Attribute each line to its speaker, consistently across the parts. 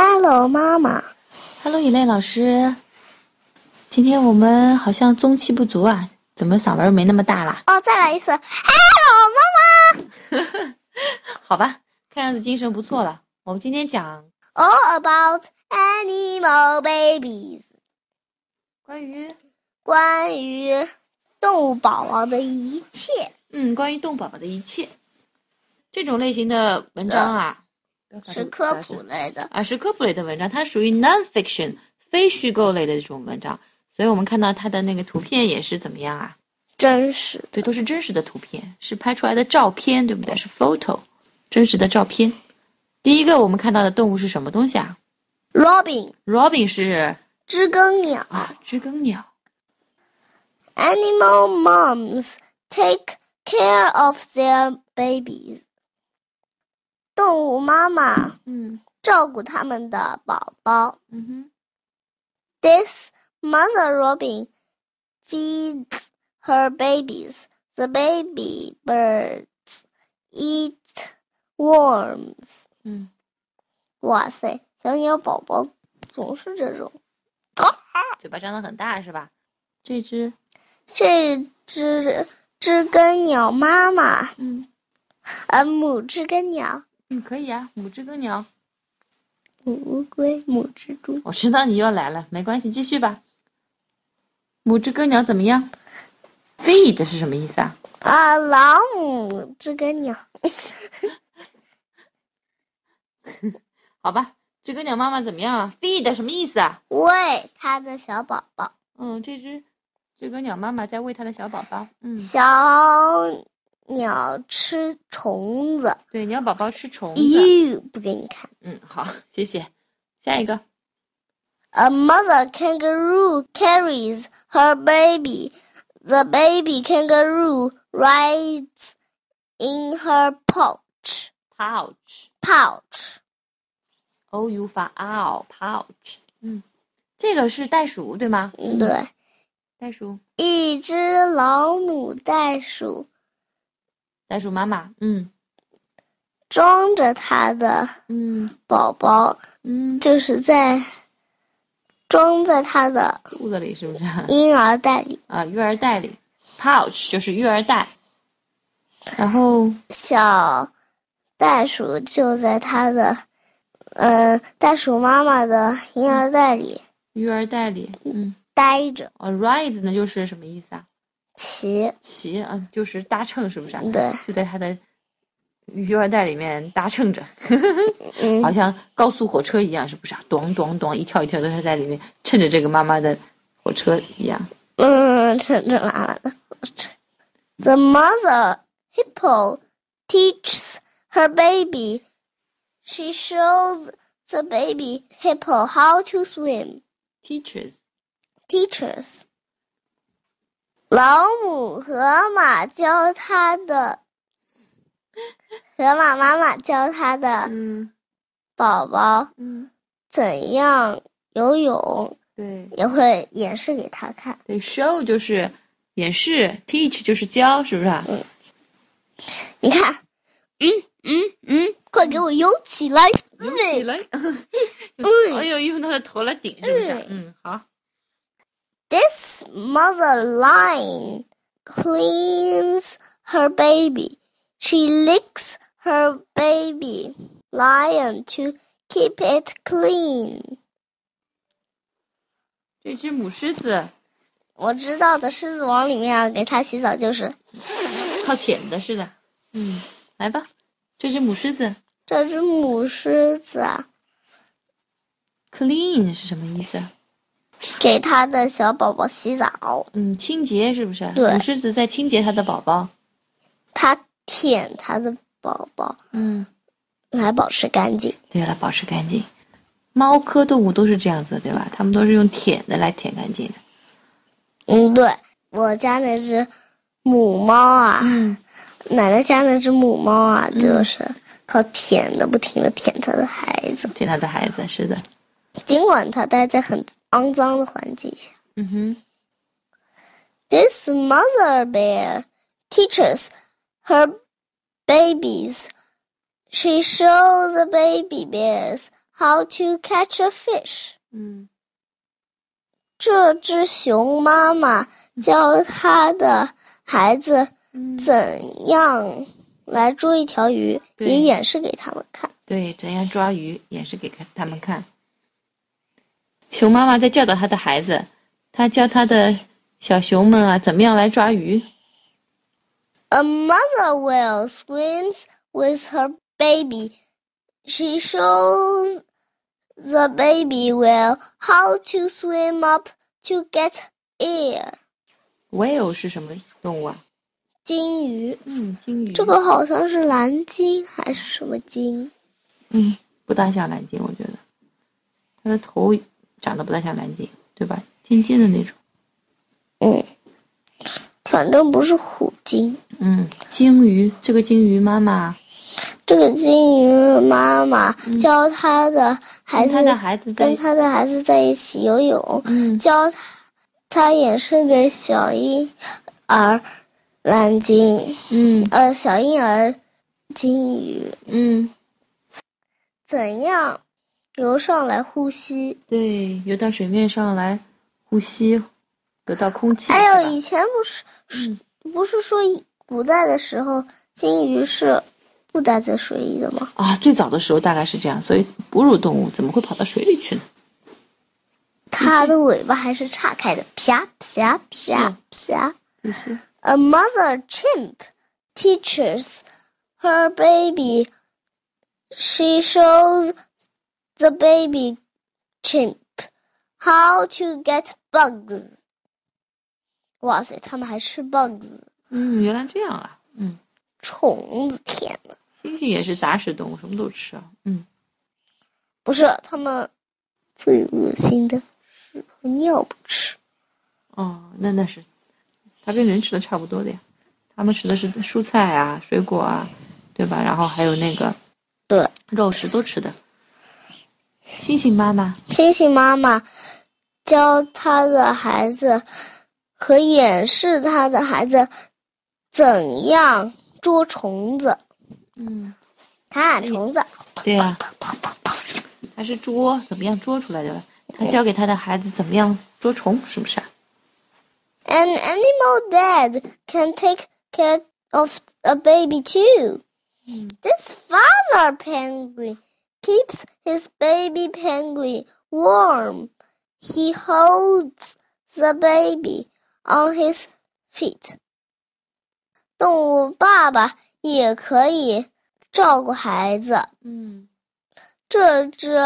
Speaker 1: Hello，妈妈。
Speaker 2: Hello，雨内老师，今天我们好像中气不足啊，怎么嗓门没那么大啦？
Speaker 1: 哦，再来一次。Hello，
Speaker 2: 好吧，看样子精神不错了。我们今天讲
Speaker 1: 妈妈。All about animal babies，
Speaker 2: 关于
Speaker 1: 关于动物宝宝的一切。
Speaker 2: 嗯，关于动物宝宝的一切这种类型的文章啊，
Speaker 1: 是科普类的，
Speaker 2: 啊，是科普类的文章，它属于 non-fiction 非虚构类的这种文章，所以我们看到它的那个图片也是怎么样啊？
Speaker 1: 真实。
Speaker 2: 对，都是真实的图片，是拍出来的照片，对不对？是 photo，真实的照片。第一个我们看到的动物是什么东西啊
Speaker 1: Robin，
Speaker 2: ？Robin 是
Speaker 1: 知更鸟。
Speaker 2: 啊，知更鸟。
Speaker 1: Animal moms take care of their babies。动物妈妈
Speaker 2: 嗯
Speaker 1: 照顾他们的宝宝。
Speaker 2: 嗯哼。
Speaker 1: This mother robin feeds her babies. The baby birds eat worms.
Speaker 2: 嗯，
Speaker 1: 哇塞，小鸟宝宝总是这种。
Speaker 2: 嘴巴张得很大是吧？这只，
Speaker 1: 这只知更鸟妈妈，
Speaker 2: 嗯
Speaker 1: 呃，母知更鸟，
Speaker 2: 嗯，可以啊，母知更鸟。
Speaker 1: 母乌龟，母蜘蛛。
Speaker 2: 我知道你又来了，没关系，继续吧。母知更鸟怎么样？Feed 是什么意思啊？
Speaker 1: 啊，老母知更鸟，
Speaker 2: 好吧，知更鸟妈妈怎么样啊？Feed 什么意思啊？
Speaker 1: 喂它的小宝宝。
Speaker 2: 嗯，这只知更鸟妈妈在喂它的小宝宝。嗯，
Speaker 1: 小鸟吃虫子，
Speaker 2: 对，鸟宝宝吃虫子。
Speaker 1: 咦，不给你看。
Speaker 2: 嗯，好，谢谢。下一个，
Speaker 1: A mother kangaroo carries her baby. The baby kangaroo rides in her pouch.
Speaker 2: pouch。
Speaker 1: Pouch.
Speaker 2: o u 发 o pouch。嗯，这个是袋鼠对吗？
Speaker 1: 对，
Speaker 2: 袋鼠，
Speaker 1: 一只老母袋鼠
Speaker 2: 袋鼠妈妈。嗯
Speaker 1: 装着它的
Speaker 2: 嗯
Speaker 1: 宝宝，
Speaker 2: 嗯，
Speaker 1: 就是在装在它的
Speaker 2: 肚子里是不是？
Speaker 1: 婴儿袋里。
Speaker 2: 啊，育儿袋里，pouch 就是育儿袋。然后，
Speaker 1: 小袋鼠就在它的，呃，袋鼠妈妈的婴儿袋里
Speaker 2: 育儿袋里，嗯
Speaker 1: 待着，
Speaker 2: 啊，ride 呢就是什么意思啊？
Speaker 1: 骑，
Speaker 2: 骑啊，就是搭乘，是不是啊、
Speaker 1: 对，
Speaker 2: 就在它的育儿袋里面搭乘着，好
Speaker 1: 嗯，
Speaker 2: 像高速火车一样，是不是啊？咚咚咚，一跳一跳都是在里面，趁着这个妈妈的火车一样。
Speaker 1: 嗯，乘着妈妈的火车。The mother hippo teaches her baby. She shows the baby hippo how to swim.
Speaker 2: Teachers，
Speaker 1: Teachers. 老母河马教它的，河马妈妈教它的
Speaker 2: 嗯
Speaker 1: 宝宝
Speaker 2: 嗯，
Speaker 1: 怎样游泳，
Speaker 2: 对
Speaker 1: 也会演示给他看。
Speaker 2: 对，show 就是演示，teach 就是教，是不是啊？
Speaker 1: 你看，嗯嗯嗯，快给我游起来！
Speaker 2: 游 起来，
Speaker 1: 嗯
Speaker 2: 哎呦，用他的头来顶，是不是啊？嗯，好。
Speaker 1: This mother lion cleans her baby. She licks her baby lion to keep it clean.
Speaker 2: 这只母狮子
Speaker 1: 我知道的，《狮子王》里面啊，给它洗澡就是
Speaker 2: 靠舔的似的。嗯，来吧，这只母狮子
Speaker 1: 这只母狮子啊，
Speaker 2: clean 是什么意思？
Speaker 1: 给它的小宝宝洗澡，
Speaker 2: 嗯，清洁是不是？
Speaker 1: 对
Speaker 2: 母狮子在清洁它的宝宝。
Speaker 1: 它舔它的宝宝
Speaker 2: 嗯，
Speaker 1: 来保持干净。
Speaker 2: 对了，保持干净。猫科动物都是这样子的，对吧？它们都是用舔的来舔干净的。
Speaker 1: 嗯，对，我家那只母猫啊，
Speaker 2: 嗯，
Speaker 1: 奶奶家那只母猫啊，
Speaker 2: 嗯
Speaker 1: 就是靠舔的，不停的舔它的孩子，
Speaker 2: 舔它的孩子，是的。
Speaker 1: 尽管它待在很肮脏的环境下。
Speaker 2: 嗯哼，
Speaker 1: This mother bear teaches her babies. She shows the baby bears how to catch a fish。
Speaker 2: 嗯
Speaker 1: 这只熊妈妈教它的孩子
Speaker 2: 嗯，
Speaker 1: 怎样来捉一条鱼，
Speaker 2: 对
Speaker 1: 也演示给他们看。
Speaker 2: 对，怎样抓鱼演示给看他们看。熊妈妈在教导她的孩子，她教她的小熊们啊，怎么样来抓鱼。
Speaker 1: A mother whale swims with her baby. She shows the baby whale how to swim up to get air.
Speaker 2: Whale 是什么动物啊？
Speaker 1: 金鱼，
Speaker 2: 嗯，鲸鱼。
Speaker 1: 这个好像是蓝鲸还是什么鲸？
Speaker 2: 嗯，不大像蓝鲸，我觉得，它的头长得不大像蓝鲸，对吧？尖尖的那种。
Speaker 1: 嗯，反正不是虎鲸。
Speaker 2: 嗯，鲸鱼，这个鲸鱼妈妈
Speaker 1: 这个金鱼妈妈教她的孩
Speaker 2: 嗯跟
Speaker 1: 子
Speaker 2: 她的孩子在
Speaker 1: 跟，她的孩子在一起游泳，
Speaker 2: 嗯，
Speaker 1: 教她她演示给小婴儿蓝鲸，
Speaker 2: 嗯
Speaker 1: 呃，小婴儿金鱼
Speaker 2: 嗯，
Speaker 1: 怎样游上来呼吸。
Speaker 2: 对，游到水面上来呼吸，得到空气。
Speaker 1: 还
Speaker 2: 是
Speaker 1: 有
Speaker 2: 吧
Speaker 1: 哎以前不是
Speaker 2: 嗯
Speaker 1: 不是说古代的时候金鱼是不待在水里的吗？
Speaker 2: 啊，最早的时候大概是这样，所以哺乳动物怎么会跑到水里去呢？
Speaker 1: 它的尾巴还是岔开的，啪啪啪啪。
Speaker 2: 就是，
Speaker 1: A mother chimp teaches her baby. She shows the baby chimp how to get bugs. 哇塞，他们还吃 bugs
Speaker 2: 嗯，原来这样啊，嗯，
Speaker 1: 虫子，天呐，
Speaker 2: 猩猩也是杂食动物，什么都吃啊，嗯，
Speaker 1: 不是，他们最恶心的是和尿不吃。
Speaker 2: 哦，那那是，它跟人吃的差不多的呀，它们吃的是蔬菜啊、水果啊，对吧？然后还有那个
Speaker 1: 对，
Speaker 2: 肉食都吃的。猩猩妈妈，
Speaker 1: 星星妈妈教她的孩子和演示她的孩子怎样捉虫子，
Speaker 2: 嗯，
Speaker 1: 看虫子，
Speaker 2: 对呀、
Speaker 1: 啪啪啪啪，
Speaker 2: 它是捉，怎么样捉出来的？它教给它的孩子怎么样捉虫，是不是啊？
Speaker 1: An animal dad can take care of a baby too.
Speaker 2: 嗯
Speaker 1: This father penguin keeps his baby penguin warm. He holds the baby on his feet. 动物爸爸也可以照顾孩子。
Speaker 2: 嗯
Speaker 1: 这只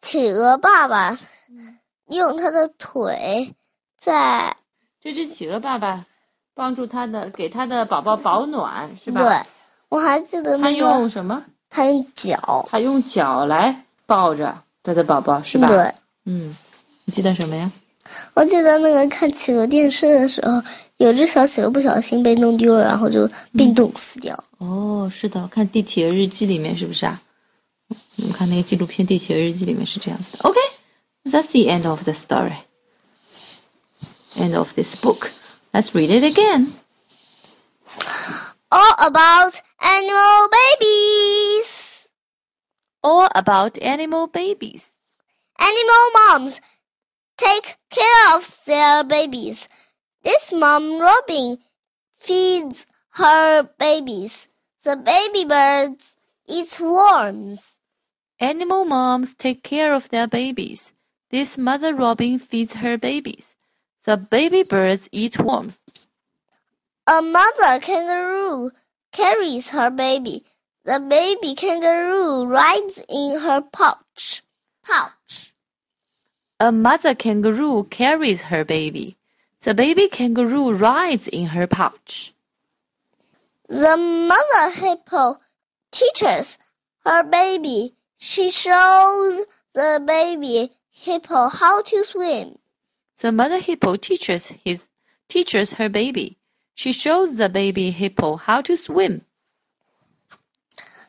Speaker 1: 企鹅爸爸
Speaker 2: 嗯。
Speaker 1: 用他的腿在
Speaker 2: 这只企鹅爸爸帮助他的给他的宝宝保暖，是吧？
Speaker 1: 对，我还记得那
Speaker 2: 他用
Speaker 1: 个
Speaker 2: 什么？
Speaker 1: 他用脚，
Speaker 2: 他用脚来抱着他的宝宝，是吧？
Speaker 1: 对，
Speaker 2: 嗯，你记得什么呀？
Speaker 1: 我记得那个看企鹅电视的时候，有只小企鹅不小心被弄丢了，然后就
Speaker 2: 嗯
Speaker 1: 冰冻死掉。
Speaker 2: 哦，是的，看《地铁日记》里面是不是啊？我们看那个纪录片《地铁日记》里面是这样子的。OK，that's、the end of the story. End of this book. Let's read it again.
Speaker 1: All about animal babies,
Speaker 2: All about animal babies.
Speaker 1: animal moms take care of their babies. This mom robin feeds her babies. The baby birds eat worms.
Speaker 2: Animal moms take care of their babies. This mother robin feeds her babies. The baby birds eat worms.
Speaker 1: A mother kangaroo carries her baby. The baby kangaroo rides in her pouch. Pouch.
Speaker 2: A mother kangaroo carries her baby. The baby kangaroo rides in her pouch.
Speaker 1: The mother hippo teaches her baby. She shows the baby hippo how to swim.
Speaker 2: The mother hippo teaches his teaches her baby. She shows the baby hippo how to swim.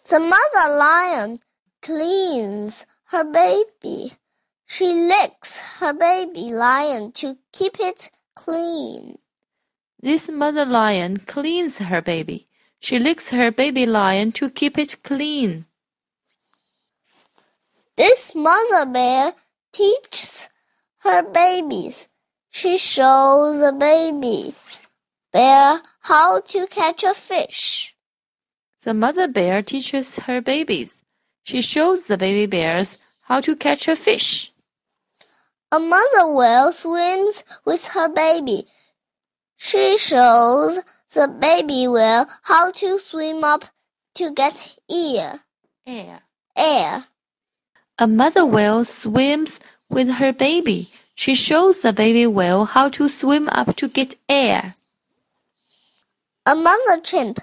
Speaker 1: The mother lion cleans her baby. She licks her baby lion to keep it clean.
Speaker 2: This mother lion cleans her baby. She licks her baby lion to keep it clean.
Speaker 1: This mother bear teaches her babies. She shows the baby bear how to catch a fish.
Speaker 2: The mother bear teaches her babies. She shows the baby bears how to catch a fish.
Speaker 1: A mother whale swims with her baby. She shows the baby whale how to swim up to get air.
Speaker 2: Air.
Speaker 1: Air.
Speaker 2: A mother whale swims with her baby. She shows the baby whale how to swim up to get air.
Speaker 1: A mother chimp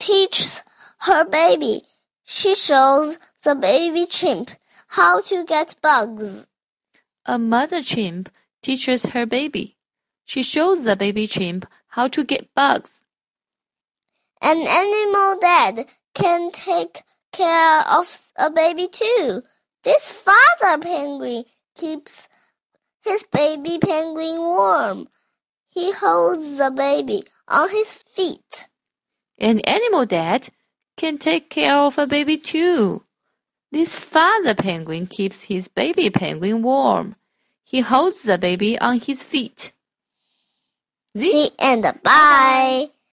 Speaker 1: teaches her baby. She shows the baby chimp how to get bugs.
Speaker 2: A mother chimp teaches her baby. She shows the baby chimp how to get bugs.
Speaker 1: An animal dad can take care of a baby too. This father penguin keeps his baby penguin warm. He holds the baby on his feet.
Speaker 2: An animal dad can take care of a baby too. This father penguin keeps his baby penguin warm. He holds the baby on his feet. The
Speaker 1: The end. Bye.